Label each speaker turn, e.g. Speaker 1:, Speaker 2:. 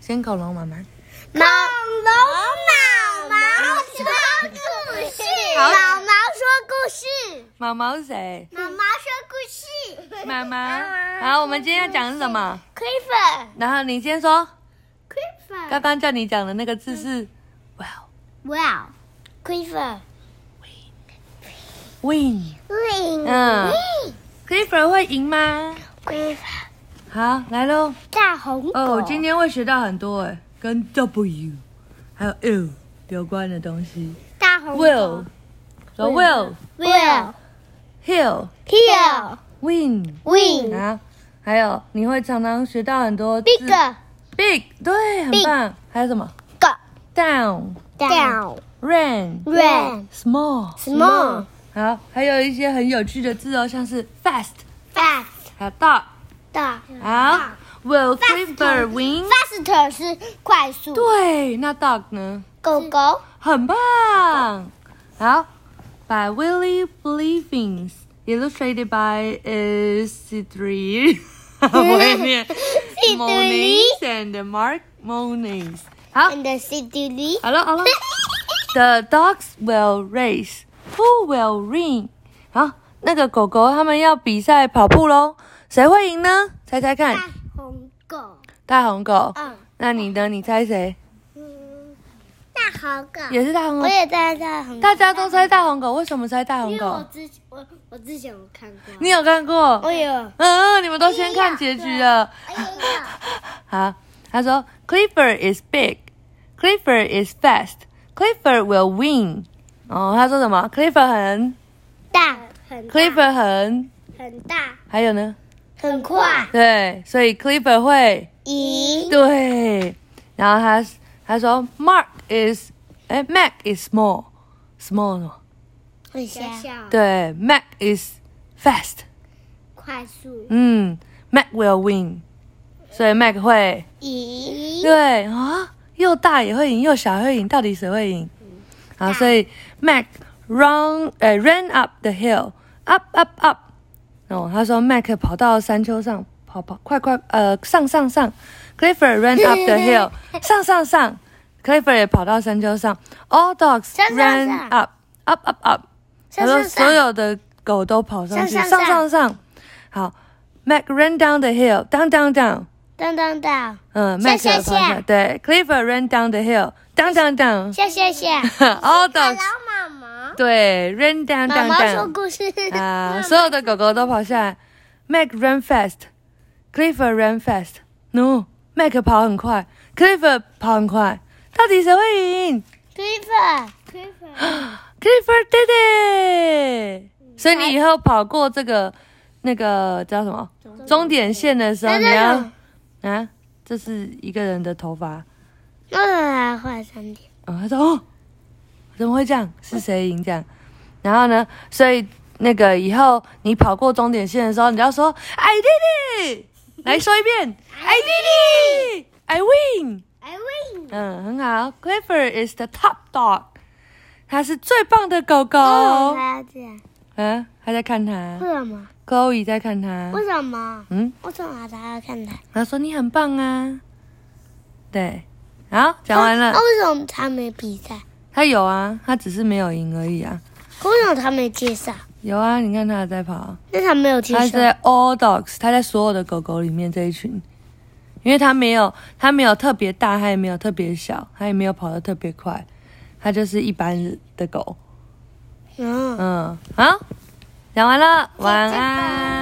Speaker 1: 先恐龙妈妈。
Speaker 2: 恐龙毛毛说故事，
Speaker 1: 好
Speaker 2: 毛毛说故事，
Speaker 1: 毛毛谁？
Speaker 2: 毛毛说故事。
Speaker 1: 妈妈。好，我们今天要讲的是什么？
Speaker 2: Creeper
Speaker 1: 然后你先说，刚
Speaker 2: Creeper
Speaker 1: 刚叫你讲的那个字是
Speaker 2: Wow Creeper
Speaker 1: well，win。
Speaker 2: Wing
Speaker 1: 嗯，Clifford 会赢吗？
Speaker 2: Creeper
Speaker 1: 好，来喽。
Speaker 2: 大红
Speaker 1: 哦
Speaker 2: 狗，
Speaker 1: 今天会学到很多哎，跟 W 还有 L 有关的东西。
Speaker 2: 大红
Speaker 1: Will，说 Will
Speaker 2: Will
Speaker 1: Hill
Speaker 2: Hill
Speaker 1: Win
Speaker 2: Wing
Speaker 1: 啊，还有你会常常学到很多字
Speaker 2: Big
Speaker 1: Big 对，很
Speaker 2: Big
Speaker 1: 棒。还有什么
Speaker 2: Go
Speaker 1: Down
Speaker 2: Down
Speaker 1: Rain
Speaker 2: Red
Speaker 1: Small
Speaker 2: Small
Speaker 1: 好，还有一些很有趣的字哦，像是 Fast
Speaker 2: Fast
Speaker 1: 还有 Dog。
Speaker 2: 大
Speaker 1: 好，Will Clifford win？
Speaker 2: Faster 是快速，
Speaker 1: 对，那 Dog 呢？
Speaker 2: 狗狗
Speaker 1: 很棒。好，By Willie Believings, illustrated by Isidri 我也念
Speaker 2: Isidri
Speaker 1: Moniz and Mark Moniz。好，
Speaker 2: and the city leaf
Speaker 1: 好了， 好了。The dogs will race. Who will win？好，那个狗狗他们要比赛跑步喽，谁会赢呢？猜猜看
Speaker 2: 大，红狗，
Speaker 1: 大红狗。
Speaker 2: 嗯
Speaker 1: 那你呢？你猜谁？
Speaker 2: 嗯，大红狗，
Speaker 1: 也是大红
Speaker 2: 我
Speaker 1: 狗。
Speaker 2: 也在大红狗，
Speaker 1: 大家都猜大红狗，为什么猜大红
Speaker 2: 因为
Speaker 1: 狗
Speaker 2: 我？之我我之前有看过，
Speaker 1: 你有看过？
Speaker 2: 我有，哎
Speaker 1: 嗯，你们都先看结局了。 好，他说 Clifford is big, Clifford is fast, Clifford will win。哦，他说什么？Clifford 很
Speaker 2: 大很
Speaker 1: ，Clifford 很，
Speaker 2: 很大
Speaker 1: 还有呢？
Speaker 2: 很快，
Speaker 1: 对，所以 Clifford 会
Speaker 2: 咦，
Speaker 1: 对。然后他他说 Mark is，哎，Mac is small, small 什么？
Speaker 2: 很小小
Speaker 1: 对，Mac is fast。
Speaker 2: 快速，
Speaker 1: 嗯，Mac will win。所以 Mac 会。
Speaker 2: 咦，
Speaker 1: 对啊，又大也会赢，又小也会赢，到底谁会赢？好，所以 Mac run 呃 ran up the hill up up up，哦，他说 Mac 跑到山丘上跑跑快快呃上上上，Clifford ran up the hill 上上上，Clifford 也跑到山丘上，all dogs
Speaker 2: 上上
Speaker 1: ran
Speaker 2: 上
Speaker 1: up up up up，他
Speaker 2: 上
Speaker 1: 说
Speaker 2: 上
Speaker 1: 所
Speaker 2: 上
Speaker 1: 有的狗都跑上去
Speaker 2: 上
Speaker 1: 上
Speaker 2: 上
Speaker 1: 上上，好，Mac ran down the hill down down down。
Speaker 2: 当当当，
Speaker 1: 嗯，
Speaker 2: 下
Speaker 1: 迈克尔
Speaker 2: 下
Speaker 1: 方向
Speaker 2: 下
Speaker 1: 对，Clifford ran down the hill, down down down,
Speaker 2: 谢谢谢，
Speaker 1: 嗯 all dogs
Speaker 2: 妈妈，
Speaker 1: 对，ran down
Speaker 2: 妈
Speaker 1: down
Speaker 2: 妈说
Speaker 1: down
Speaker 2: 故事，
Speaker 1: 啊，所有的狗狗都跑下来，Mac ran fast, Clifford ran fast, no, Mac 跑很快，Clifford 跑很快，到底谁会赢
Speaker 2: Creeper，Creeper，
Speaker 1: ？Clifford did it。所以你以后跑过这个那个叫什么终点线的时候，
Speaker 2: 等
Speaker 1: 你
Speaker 2: 等
Speaker 1: 要啊，这是一个人的头发。
Speaker 2: 为什么还画三点？
Speaker 1: 哦，他说哦，怎么会这样？是谁赢这样？然后呢，所以那个以后你跑过终点线的时候，你就要说 I did it，来说一遍 I did it，I win。
Speaker 2: I win。
Speaker 1: 嗯，很好，Clifford is the top dog，他是最棒的狗狗。
Speaker 2: 为什么哦要这样？
Speaker 1: 嗯、他在看他
Speaker 2: 为什么？
Speaker 1: ，Chloe 在看他。
Speaker 2: 为什么？
Speaker 1: 嗯，
Speaker 2: 为什么他要看他？
Speaker 1: 他说你很棒啊。对，好，讲完了
Speaker 2: 那。哦为什么他没比赛？
Speaker 1: 他有啊，他只是没有赢而已啊。
Speaker 2: 为什么他没介绍？
Speaker 1: 有啊，你看他有在跑。
Speaker 2: 那他没有介
Speaker 1: 它是
Speaker 2: 绍？
Speaker 1: 在 all dogs，它在所有的狗狗里面这一群，因为它没有它没有特别大，它也没有特别小，它也没有跑得特别快，它就是一般的狗。
Speaker 2: 嗯。
Speaker 1: 嗯，好，讲完了，晚安。